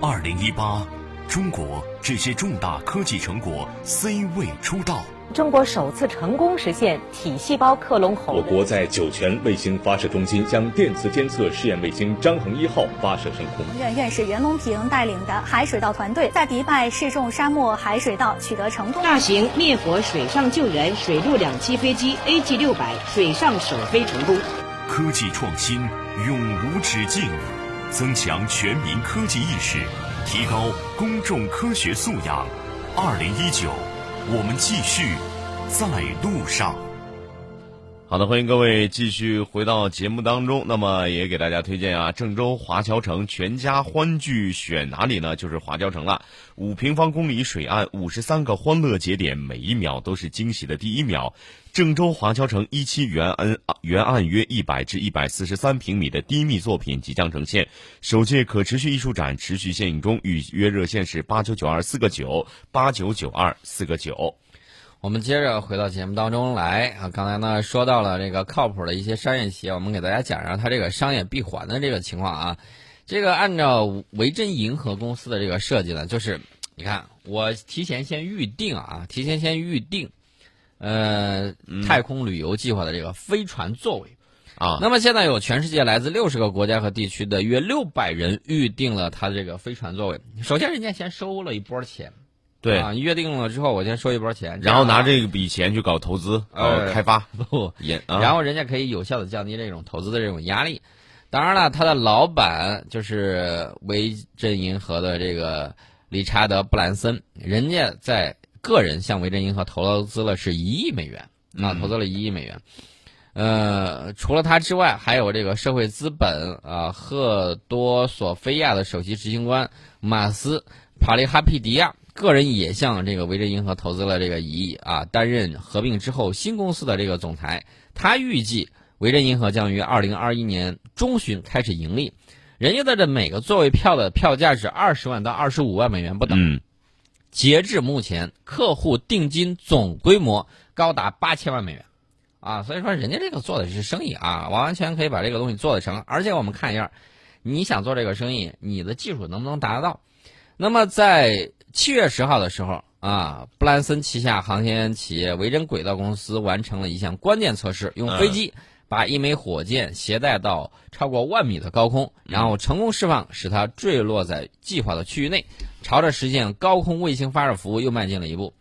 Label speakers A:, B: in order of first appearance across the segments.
A: 二零一八，中国这些重大科技成果 C 位出道。
B: 中国首次成功实现体细胞克隆
C: 我
B: 红。
C: 国在酒泉卫星发射中心将电磁监测试验卫星张衡一号发射升空。
D: 院院士袁隆平带领的海水稻团队在迪拜试种沙漠海水稻取得成功。
E: 大型灭火水上救援水陆两栖飞机 AG 六百水上首飞成功。
A: 科技创新永无止境，增强全民科技意识，提高公众科学素养。二零一九，我们继续在路上。
F: 好的，欢迎各位继续回到节目当中。那么也给大家推荐啊，郑州华侨城全家欢聚选哪里呢？就是华侨城了。五平方公里水岸，五十三个欢乐节点，每一秒都是惊喜的第一秒。郑州华侨城一期原岸原岸约一百至一百四十三平米的低密作品即将呈现。首届可持续艺术展持续现映中，预约热线是八九九二四个九八九九二四个九。
G: 我们接着回到节目当中来啊，刚才呢说到了这个靠谱的一些商业企业，我们给大家讲一下它这个商业闭环的这个情况啊。这个按照维珍银河公司的这个设计呢，就是你看我提前先预定啊，提前先预定，呃，太空旅游计划的这个飞船座位。
F: 嗯啊
G: 那么现在有全世界来自六十个国家和地区的约六百人预定了他这个飞船座位。首先，人家先收了一波钱，
F: 对，
G: 啊，约定了之后，我先收一波钱，
F: 然后拿
G: 这样啊。
F: 这笔钱去搞投资、搞
G: 呃
F: 开发，
G: 不，
F: 也啊，
G: 然后人家可以有效的降低这种投资的这种压力。当然了，他的老板就是维珍银河的这个理查德·布兰森，人家在个人向维珍银河投资了是一亿美元啊，投资了一亿美元。呃，除了他之外，还有这个社会资本啊，赫多索菲亚的首席执行官马斯·帕利哈皮迪亚个人也向这个维珍银河投资了这个一亿啊，担任合并之后新公司的这个总裁。他预计维珍银河将于二零二一年中旬开始盈利。人家的这每个座位票的票价是二十万到二十五万美元不等。
F: 嗯，
G: 截至目前，客户定金总规模高达八千万美元，啊，所以说人家这个做的是生意啊，完完全可以把这个东西做得成。而且我们看一下，你想做这个生意，你的技术能不能达得到？那么在七月十号的时候啊，布兰森旗下航天企业维珍轨道公司完成了一项关键测试，用飞机把一枚火箭携带到超过万米的高空，然后成功释放，使它坠落在计划的区域内。朝着实现高空卫星发射服务又迈进了一步。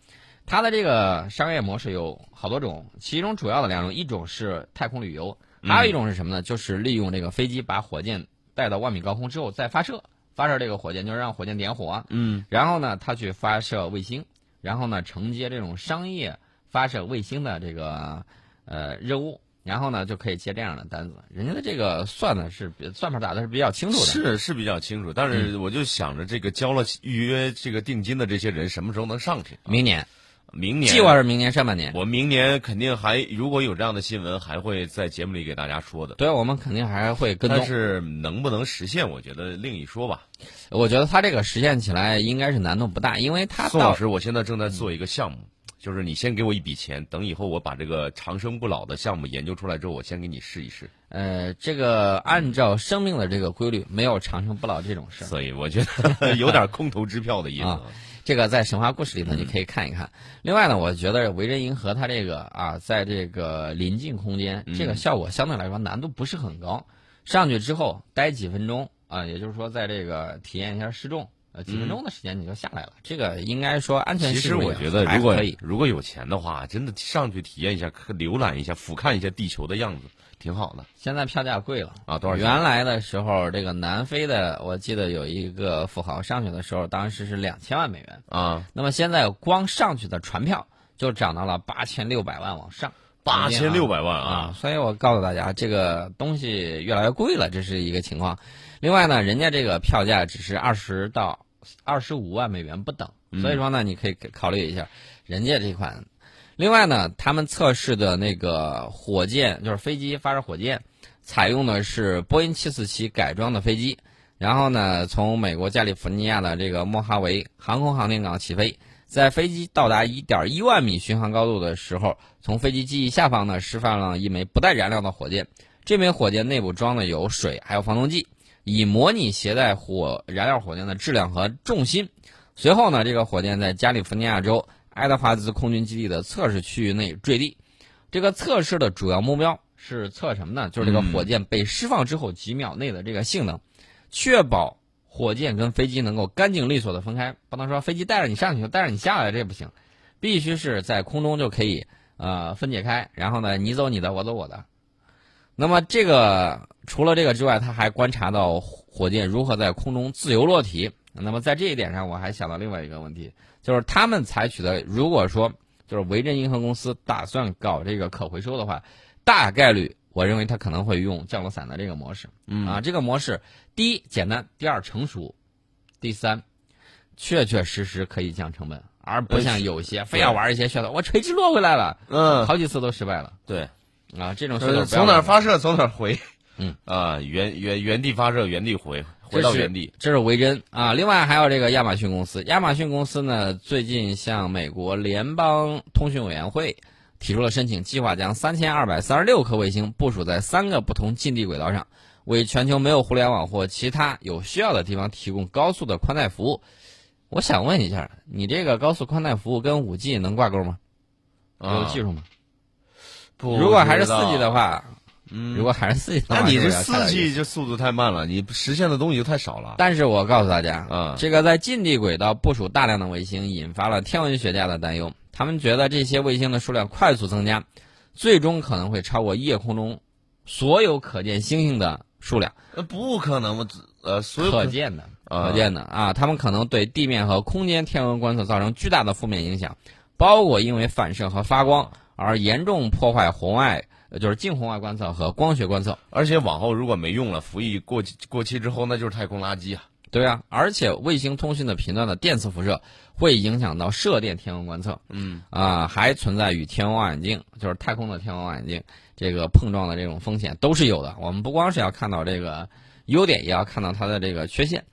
G: 它的这个商业模式有好多种，其中主要的两种，一种是太空旅游，
F: 嗯
G: 还有一种是什么呢？就是利用这个飞机把火箭带到万米高空之后再发射，发射这个火箭就是让火箭点火，
F: 嗯，
G: 然后呢，它去发射卫星，然后呢承接这种商业发射卫星的这个呃任务。然后呢，就可以接这样的单子。人家的这个算的是比算盘打的是比较清楚的，嗯
F: 是是比较清楚，但是我就想着这个交了预约这个定金的这些人什么时候能上去啊？
G: 明年
F: 明年
G: 计划是明年上半年。
F: 我明年肯定还如果有这样的新闻，还会在节目里给大家说的。
G: 对，我们肯定还会跟
F: 但
G: 踪。
F: 是能不能实现，我觉得另一说吧。
G: 我觉得他这个实现起来应该是难度不大，因为他
F: 宋老
G: 到
F: 师，我现在正在做一个项目，就是你先给我一笔钱，等以后我把这个长生不老的项目研究出来之后，我先给你试一试。
G: 呃，这个按照生命的这个规律，没有长生不老这种事儿。
F: 所以我觉得 有点空头支票的意思
G: 啊。这个在神话故事里头
F: 嗯
G: 你可以看一看。另外呢，我觉得维珍银河它这个啊，在这个临近空间，
F: 嗯
G: 这个效果相对来说难度不是很高。上去之后待几分钟啊，也就是说在这个体验一下失重，呃，几分钟的时间你就下来了。这个应该说安全
F: 嗯其
G: 系
F: 实
G: 数
F: 我
G: 也
F: 觉得，
G: 还
F: 如果
G: 可以。
F: 如果有钱的话，真的上去体验一下，可浏览一下，俯瞰一下地球的样子，挺好的。
G: 现在票价贵了
F: 啊多少钱
G: 原来的时候，这个南非的，我记得有一个富豪上去的时候，当时是两千万美元。
F: 啊，
G: 那么现在光上去的船票就涨到了八千六百万往上，
F: 八千六百万
G: 啊！
F: 啊！
G: 所以我告诉大家，这个东西越来越贵了，这是一个情况。另外呢，人家这个票价只是二十到二十五万美元不等，所以说呢，你可以考虑一下人家这款。另外呢，他们测试的那个火箭，就是飞机发射火箭，采用的是波音747改装的飞机，然后呢，从美国加利福尼亚的这个莫哈维航空航天港起飞，在飞机到达1.1万米巡航高度的时候，从飞机机翼下方呢释放了一枚不带燃料的火箭，这枚火箭内部装的有水还有防冻剂，以模拟携带火燃料火箭的质量和重心。随后呢，这个火箭在加利福尼亚州爱德华兹空军基地的测试区域内坠地。这个测试的主要目标是测什么呢？就是这个火箭被释放之后几秒内的这个性能，确保火箭跟飞机能够干净利索的分开。不能说飞机带着你上去就带着你下来，这不行，必须是在空中就可以呃分解开，然后呢你走你的，我走我的。那么这个除了这个之外，他还观察到火箭如何在空中自由落体。那么在这一点上，我还想到另外一个问题，就是他们采取的，如果说就是维珍银河公司打算搞这个可回收的话，大概率我认为它可能会用降落伞的这个模式。
F: 嗯
G: 啊，这个模式第一简单，第二成熟，第三确确实实可以降成本，而不像有些非要玩一些噱头，我垂直落回来了，
F: 嗯，
G: 好几次都失败了
F: 对，
G: 啊！这种噱
F: 呃
G: 头不要
F: 从哪
G: 玩
F: 儿发射从哪儿回，
G: 嗯
F: 啊，原原原地发射，原地回，回到
G: 这是
F: 原地，
G: 这是维珍啊，另外还有这个亚马逊公司。亚马逊公司呢，最近向美国联邦通讯委员会提出了申请，计划将三千二百三十六颗卫星部署在三个不同近地轨道上，为全球没有互联网或其他有需要的地方提供高速的宽带服务。我想问一下，你这个高速宽带服务跟五 G 能挂钩吗？有
F: 啊
G: 技术吗？
F: 不
G: 如果还是
F: 知
G: 四
F: 道
G: G 的，话，
F: 嗯
G: 如果还是四 G 的话，
F: 那你
G: 是
F: 这
G: 不是要差
F: 四
G: 点意思
F: G 这速度太慢了，你实现的东西就太少了。
G: 但是我告诉大家
F: 啊
G: 这个在近地轨道部署大量的卫星，引发了天文学家的担忧。他们觉得这些卫星的数量快速增加，最终可能会超过夜空中所有可见星星的数量。
F: 呃，不可能，我只呃，所有
G: 可见的，
F: 啊
G: 可见的啊，他们可能对地面和空间天文观测造成巨大的负面影响，包括因为反射和发光而严重破坏红外，呃就是近红外观测和光学观测。
F: 而且往后如果没用了，服役过期过期之后，那就是太空垃圾啊。
G: 对啊，而且卫星通讯的频段的电磁辐射会影响到射电天文观测。
F: 嗯，
G: 啊、还存在与天文望远镜，就是太空的天文望远镜这个碰撞的这种风险都是有的。我们不光是要看到这个优点，也要看到它的这个缺陷。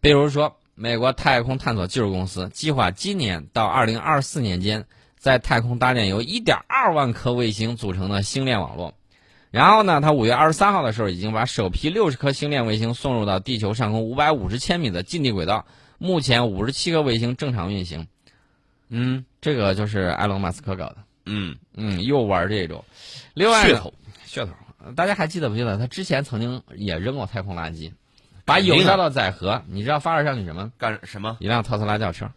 G: 比如说，美国太空探索技术公司计划今年到二零二四年间，在太空搭建由一点二万颗卫星组成的星链网络。然后呢，它五月二十三号的时候已经把首批六十颗星链卫星送入到地球上空五百五十千米的近地轨道，目前五十七颗卫星正常运行。嗯，这个就是埃隆·马斯克搞的。
F: 嗯，
G: 嗯，又玩这种，另外
F: 噱
G: 呢
F: 头，
G: 噱头，呃大家还记得不记得他之前曾经也扔过太空垃圾，把
F: 肯定啊
G: 油烧到载荷，你知道发射上去什么？
F: 干什么
G: 一辆特斯拉轿车。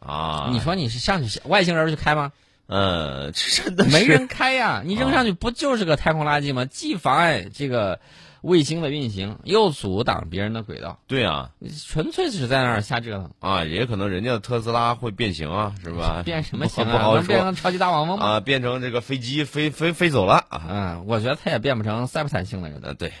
F: 啊？
G: 你说你是上去外星人去开吗？
F: 呃，这真的 是啊
G: 没人开呀！你扔上去不就是个太空垃圾吗？既妨碍这个卫星的运行，又阻挡别人的轨道，
F: 对啊
G: 纯粹是在那儿瞎折腾。
F: 啊，也可能人家的特斯拉会变形啊，是吧？
G: 变什么形
F: 不
G: 啊？
F: 好
G: 能变
F: 说
G: 成超级大黄蜂吗？
F: 啊，变成这个飞机飞飞飞走了啊。
G: 嗯，我觉得他也变不成塞普坦星的人
F: 呃，对，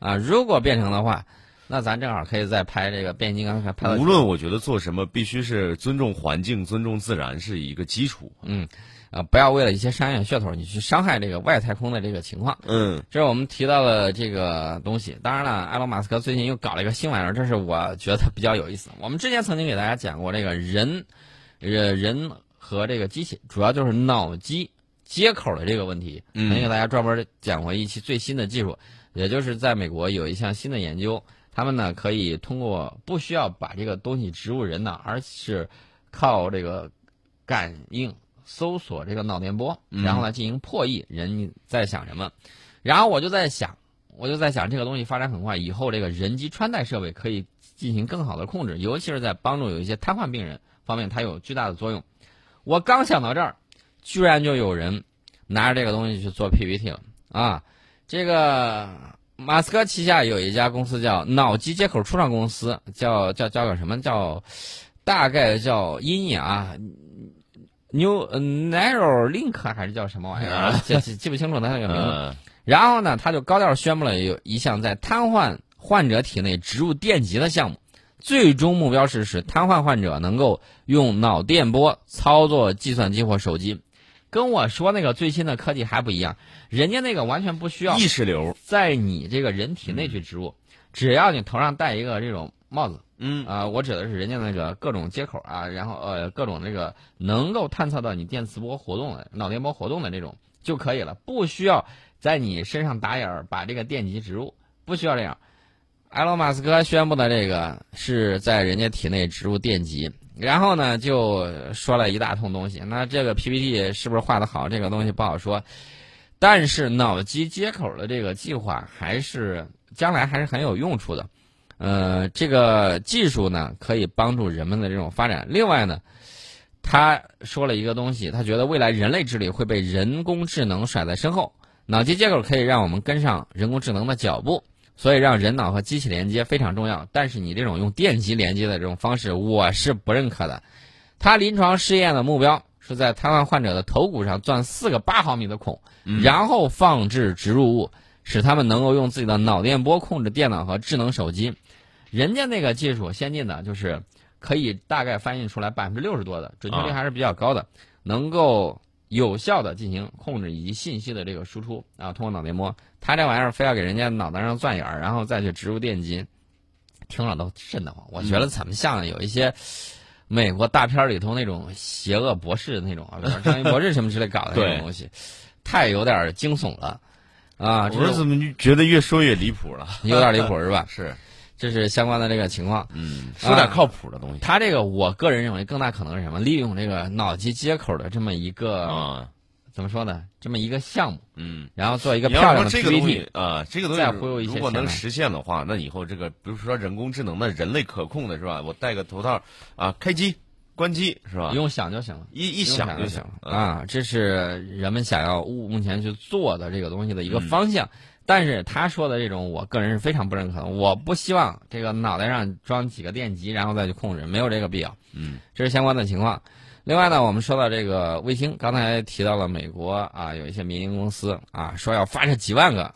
G: 啊。如果变成的话，那咱正好可以再拍这个变形金刚，拍到
F: 无论我觉得做什么，必须是尊重环境、尊重自然是一个基础。
G: 嗯，啊，不要为了一些商业噱头，你去伤害这个外太空的这个情况。
F: 嗯，
G: 这是我们提到的这个东西。当然了，埃隆·马斯克最近又搞了一个新玩意儿，这是我觉得比较有意思。我们之前曾经给大家讲过，这个人，呃，人和这个机器，主要就是脑机接口的这个问题，
F: 嗯
G: 曾经给大家专门讲过一期最新的技术，也就是在美国有一项新的研究，他们呢可以通过不需要把这个东西植入人脑，而是靠这个感应搜索这个脑电波，
F: 嗯
G: 然后呢进行破译人在想什么。然后我就在想，我就在想这个东西发展很快，以后这个人机穿戴设备可以进行更好的控制，尤其是在帮助有一些瘫痪病人方面，它有巨大的作用。我刚想到这儿，居然就有人拿着这个东西去做 PPT 了啊！这个马斯克旗下有一家公司叫脑机接口初创公司，叫叫叫个什么叫，大概叫音译啊。New Narrow Link 还是叫什么玩意儿啊？记记记不清楚它那个名字。
F: 呃
G: 然后呢，他就高调宣布了有一项在瘫痪患者体内植入电极的项目，最终目标是使瘫痪患者能够用脑电波操作计算机或手机。跟我说那个最新的科技还不一样，人家那个完全不需要
F: 意识流，
G: 在你这个人体内去植入，只要你头上戴一个这种帽子，
F: 嗯
G: 啊、我指的是人家那个各种接口啊，然后呃各种那个能够探测到你电磁波活动的脑电波活动的这种就可以了，不需要在你身上打眼儿把这个电极植入，不需要这样。埃隆·马斯克宣布的这个是在人家体内植入电极，然后呢就说了一大通东西。那这个 PPT 是不是画的好，这个东西不好说。但是脑机接口的这个计划还是将来还是很有用处的。呃，这个技术呢可以帮助人们的这种发展。另外呢，他说了一个东西，他觉得未来人类智力会被人工智能甩在身后，脑机接口可以让我们跟上人工智能的脚步。所以让人脑和机器连接非常重要，但是你这种用电极连接的这种方式，我是不认可的。他临床试验的目标是在瘫痪患者的头骨上钻四个八毫米的孔，
F: 嗯
G: 然后放置植入物，使他们能够用自己的脑电波控制电脑和智能手机。人家那个技术先进的，就是可以大概翻译出来百分之六十多的准确率
F: 啊
G: 还是比较高的，能够有效的进行控制以及信息的这个输出啊，通过脑电波。他这玩意儿非要给人家脑袋上钻眼儿，然后再去植入电极，听了都瘆得慌。我觉得怎么像有一些美国大片儿里头那种邪恶博士那种啊，比如说张一博士什么之类搞的那
F: 对
G: 种东西，太有点儿惊悚了啊！
F: 我
G: 这
F: 说
G: 是
F: 怎么觉得越说越离谱了？
G: 有点离谱是吧？
F: 是，
G: 这是相关的这个情况。
F: 嗯，说点
G: 啊
F: 靠谱的东西
G: 他这个，我个人认为更大可能是什么？利用这个脑机接口的这么一个、
F: 啊，
G: 怎么说呢？这么一个项目，
F: 嗯。
G: 然后做一个
F: 你
G: 漂
F: 要
G: 亮的
F: 说这个东
G: PPT
F: 西。啊，这个东
G: 再忽悠一
F: 西
G: 些
F: 如果
G: 钱
F: 能
G: 来
F: 实现的话，那以后这个比如说人工智能的人类可控的是吧？我戴个头套啊，开机、关机是吧
G: 不？用想就行了，
F: 一一
G: 一
F: 响
G: 就
F: 行
G: 了。
F: 嗯
G: 啊！这是人们想要目目前去做的这个东西的一个
F: 嗯
G: 方向。但是他说的这种，我个人是非常不认可的。我不希望这个脑袋上装几个电极，然后再去控制，没有这个必要。
F: 嗯，
G: 这是相关的情况。另外呢，我们说到这个卫星，刚才提到了美国啊，有一些民营公司啊，说要发射几万个，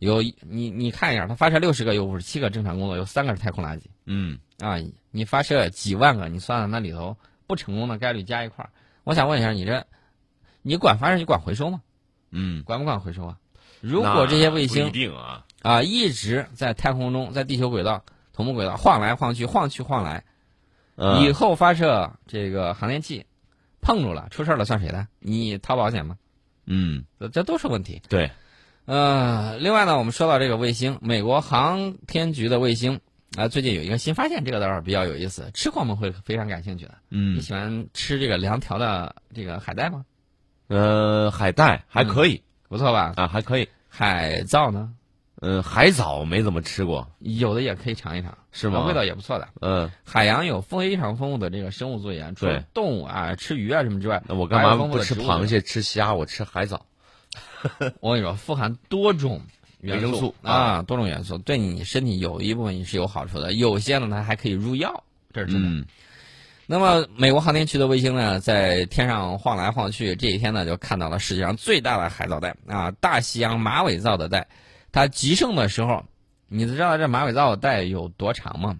G: 有一你你看一下，它发射六十个，有五十七个正常工作，有三个是太空垃圾。
F: 嗯，
G: 啊，你发射几万个，你算算那里头不成功的概率加一块儿。我想问一下，你这你管发射，你管回收吗？
F: 嗯，
G: 管不管回收啊？如
F: 那
G: 果这些卫
F: 不一
G: 星
F: 定啊，
G: 啊一直在太空中，在地球轨道、同步轨道晃来晃去、晃去晃来，以
F: 嗯
G: 后发射这个航天器碰住了、出事儿了，算谁的？你掏保险吗？
F: 嗯，
G: 这这都是问题。
F: 对，
G: 呃，另外呢，我们说到这个卫星，美国航天局的卫星啊、最近有一个新发现，这个倒是比较有意思，吃货们会非常感兴趣的。你
F: 嗯，
G: 喜欢吃这个凉条的这个海带吗？
F: 呃，海带还可以
G: 不错吧？
F: 啊，还可以，
G: 海藻呢，
F: 嗯，海藻没怎么吃过，
G: 有的也可以尝一尝，
F: 是吗
G: 味道也不错的。
F: 嗯，
G: 海洋有非常丰富的这个生物多元，除了
F: 对
G: 动物啊、吃鱼啊什么之外，
F: 那我干
G: 还有
F: 嘛
G: 丰富
F: 不
G: 的
F: 吃
G: 植物
F: 螃蟹、吃虾，我吃海藻？
G: 呢？我跟你说，富含多种元
F: 维生
G: 素
F: 素
G: 啊，多种元素对你身体有一部分是有好处的，有些呢它还可以入药，这是真的。
F: 嗯，
G: 那么，美国航天局的卫星呢，在天上晃来晃去。这一天呢，就看到了世界上最大的海藻带啊，大西洋马尾藻的带。它极盛的时候，你知道这马尾藻带有多长吗？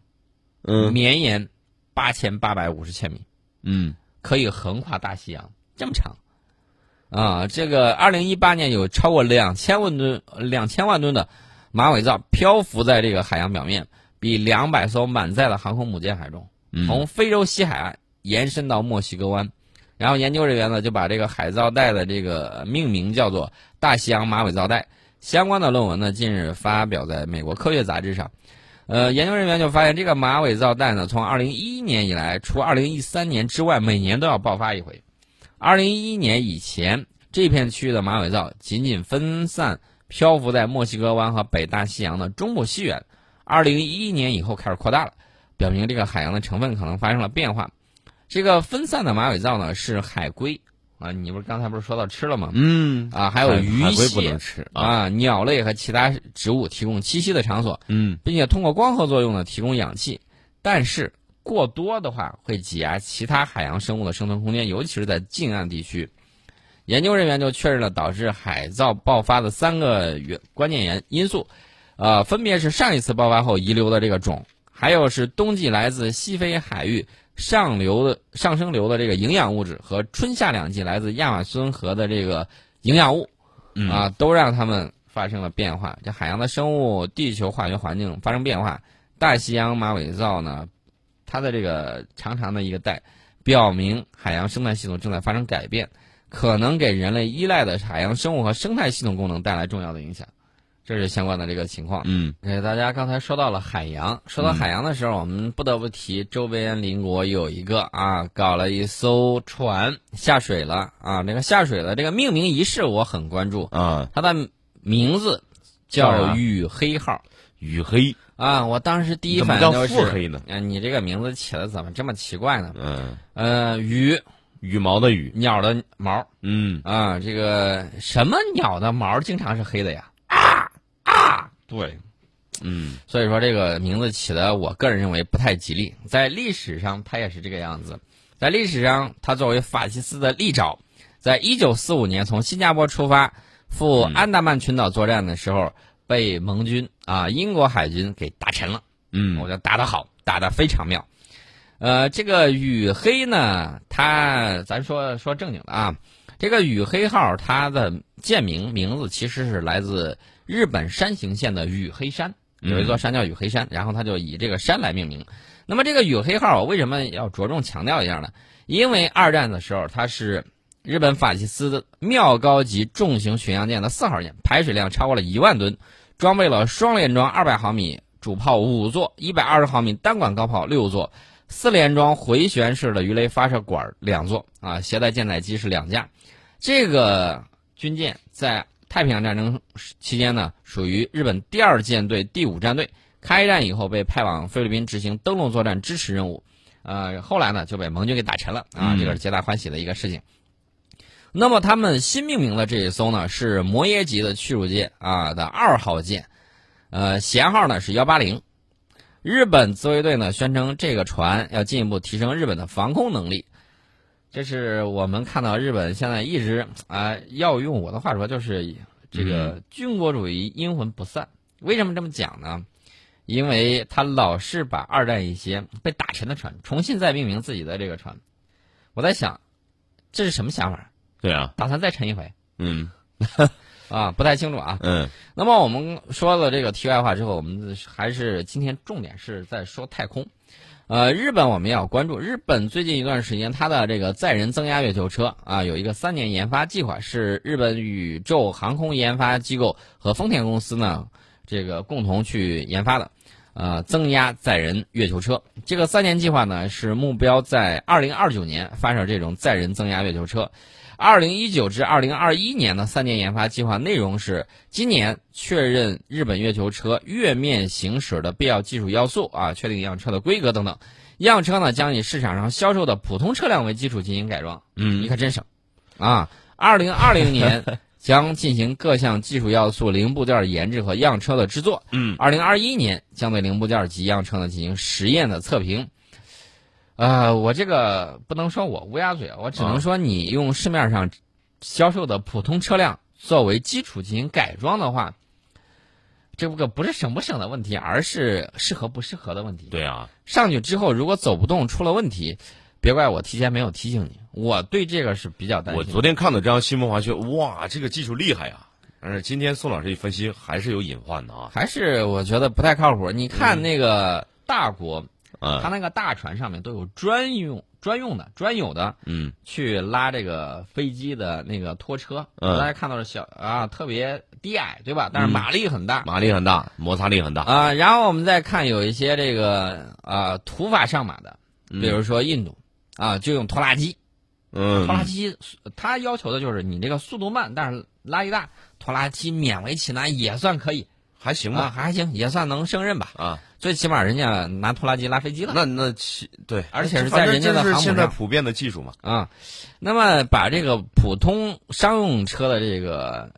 F: 嗯
G: 绵延八千八百五十千米，
F: 嗯，
G: 可以横跨大西洋，这么长。啊，这个二零一八年有超过两千万吨、两千万吨的马尾藻漂浮在这个海洋表面，比两百艘满载的航空母舰还重。
F: 嗯
G: 从非洲西海岸延伸到墨西哥湾。然后研究人员呢就把这个海藻带的这个命名叫做大西洋马尾藻带。相关的论文呢近日发表在美国科学杂志上。呃，研究人员就发现这个马尾藻带呢，从2011年以来，除2013年之外，每年都要爆发一回。2011年以前，这片区域的马尾藻仅仅分散漂浮在墨西哥湾和北大西洋的中部西缘。2011年以后开始扩大了。表明这个海洋的成分可能发生了变化。这个分散的马尾藻呢是海龟啊，你不是刚才不是说到吃了吗？
F: 嗯，
G: 啊，还
F: 还
G: 有鱼
F: 海龟不能
G: 蟹
F: 吃啊，
G: 啊、鸟类和其他植物提供栖息的场所，
F: 嗯
G: 并且通过光合作用呢提供氧气。但是过多的话会挤压其他海洋生物的生存空间，尤其是在近岸地区。研究人员就确认了导致海藻爆发的三个原关键原因素，呃，分别是上一次爆发后遗留的这个种，还有是冬季来自西非海域上流的上升流的这个营养物质和春夏两季来自亚马孙河的这个营养物，
F: 嗯
G: 啊，都让它们发生了变化。这海洋的生物、地球化学环境发生变化，大西洋马尾藻呢，它的这个长长的一个带，表明海洋生态系统正在发生改变，可能给人类依赖的海洋生物和生态系统功能带来重要的影响。这这是相关的这个情况。
F: 嗯
G: 给大家刚才说到了海洋，说到海洋的时候，我们不得不提周边邻国有一个啊，搞了一艘船下水了啊。这个下水了，这个命名仪式我很关注，
F: 啊，
G: 它的名字
F: 叫
G: 叫
F: 啥
G: 雨黑号
F: 雨黑，
G: 啊。我当时第一
F: 怎么
G: 反应
F: 叫
G: 就
F: 腹
G: 是，
F: 黑呢？
G: 啊，你这个名字起的怎么这么奇怪呢？
F: 嗯，
G: 呃，雨
F: 羽毛的羽，
G: 鸟的毛
F: 嗯，
G: 啊，这个什么鸟的毛经常是黑的呀？啊啊，对，
F: 嗯，
G: 所以说这个名字起的，我个人认为不太吉利。在历史上，它也是这个样子。在历史上，它作为法西斯的利爪，在一九四五年从新加坡出发赴安达曼群岛作战的时候，被盟军啊英国海军给打沉了。
F: 嗯，
G: 我觉得打得好，打得非常妙。呃，这个雨黑呢，它咱说说正经的啊，这个雨黑号它的舰名名字其实是来自日本山形县的雨黑山，有一座山叫雨黑山，然后它就以这个山来命名。那么这个雨黑号我为什么要着重强调一下呢？因为二战的时候它是日本法西斯的妙高级重型巡洋舰的四号舰，排水量超过了一万吨，装备了双联装二百毫米主炮五座，一百二十毫米单管高炮六座，四联装回旋式的鱼雷发射管两座啊，携带舰载机是两架。这个军舰在太平洋战争期间呢，属于日本第二舰队第五战队。开战以后被派往菲律宾执行登陆作战支持任务，呃，后来呢就被盟军给打沉了啊，
F: 嗯
G: 这个是皆大欢喜的一个事情。那么他们新命名的这一艘呢是摩耶级的驱逐舰啊的二号舰，呃，舷号呢是幺八零。日本自卫队呢宣称这个船要进一步提升日本的防空能力，这是我们看到日本现在一直啊、要用我的话说就是这个军国主义阴魂不散。为什么这么讲呢？因为他老是把二战一些被打沉的船重新再命名自己的这个船，我在想这是什么想法？
F: 对啊，
G: 打算再沉一回
F: 嗯
G: 啊？不太清楚啊。
F: 嗯
G: 那么我们说了这个题外话之后，我们还是今天重点是在说太空。呃，日本我们要关注，日本最近一段时间它的这个载人增压月球车啊，有一个三年研发计划，是日本宇宙航空研发机构和丰田公司呢这个共同去研发的。呃，增压载人月球车这个三年计划呢，是目标在二零二九年发射这种载人增压月球车。二零一九至二零二一年的三年研发计划内容是今年确认日本月球车月面行驶的必要技术要素啊，确定样车的规格等等。样车呢将以市场上销售的普通车辆为基础进行改装。你
F: 嗯，
G: 可真省啊！二零二零年 将进行各项技术要素零部件研制和样车的制作。
F: 嗯，
G: 二零二一年将对零部件及样车呢进行实验的测评。呃，我这个不能说我乌鸦嘴，我只能说你用市面上销售的普通车辆作为基础进行改装的话，这个不是省不省的问题，而是适合不适合的问题。
F: 对啊，
G: 上去之后如果走不动出了问题，别怪我提前没有提醒你。我对这个是比较担心
F: 我
G: 的。
F: 昨天看到这张新闻滑雪，哇，这个技术厉害啊！但是今天宋老师一分析，还是有隐患的啊。
G: 还是我觉得不太靠谱。你看那个大国，他
F: 嗯
G: 那个大船上面都有专用、专用的、专有的
F: 嗯
G: 去拉这个飞机的那个拖车。
F: 嗯
G: 大家看到的小啊，特别低矮，对吧？但是马力很大。
F: 马力很大，摩擦力很大。
G: 啊、然后我们再看有一些这个啊、土法上马的，
F: 嗯
G: 比如说印度啊、就用拖拉机，
F: 嗯
G: 拖拉机，它呃要求的就是你这个速度慢，但是拉力大，拖拉机勉为其难也算可以，
F: 还行
G: 啊，
F: 吧
G: 还行，也算能胜任吧。
F: 啊，
G: 最起码人家拿拖拉机拉飞机了
F: 那那其对，
G: 而且是在
F: 反正
G: 人家的
F: 这是
G: 航母
F: 现在
G: 上
F: 普遍的技术嘛。
G: 啊、那么把这个普通商用车的这个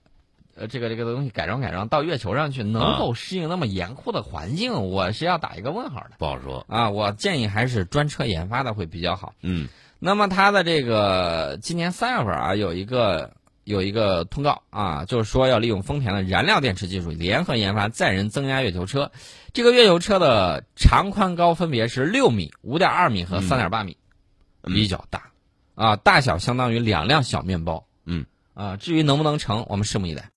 G: 呃这个这个东西改装改装到月球上去，
F: 啊
G: 能否适应那么严酷的环境，我是要打一个问号的
F: 不好说。
G: 啊。我建议还是专车研发的会比较好。
F: 嗯
G: 那么它的这个今年三月份啊，有一个有一个通告啊，就是说要利用丰田的燃料电池技术，联合研发载人增压月球车。这个月球车的长宽高分别是六米、五点二米和三点八米，
F: 嗯
G: 比较大啊，大小相当于两辆小面包。
F: 嗯
G: 啊，至于能不能成，我们拭目以待。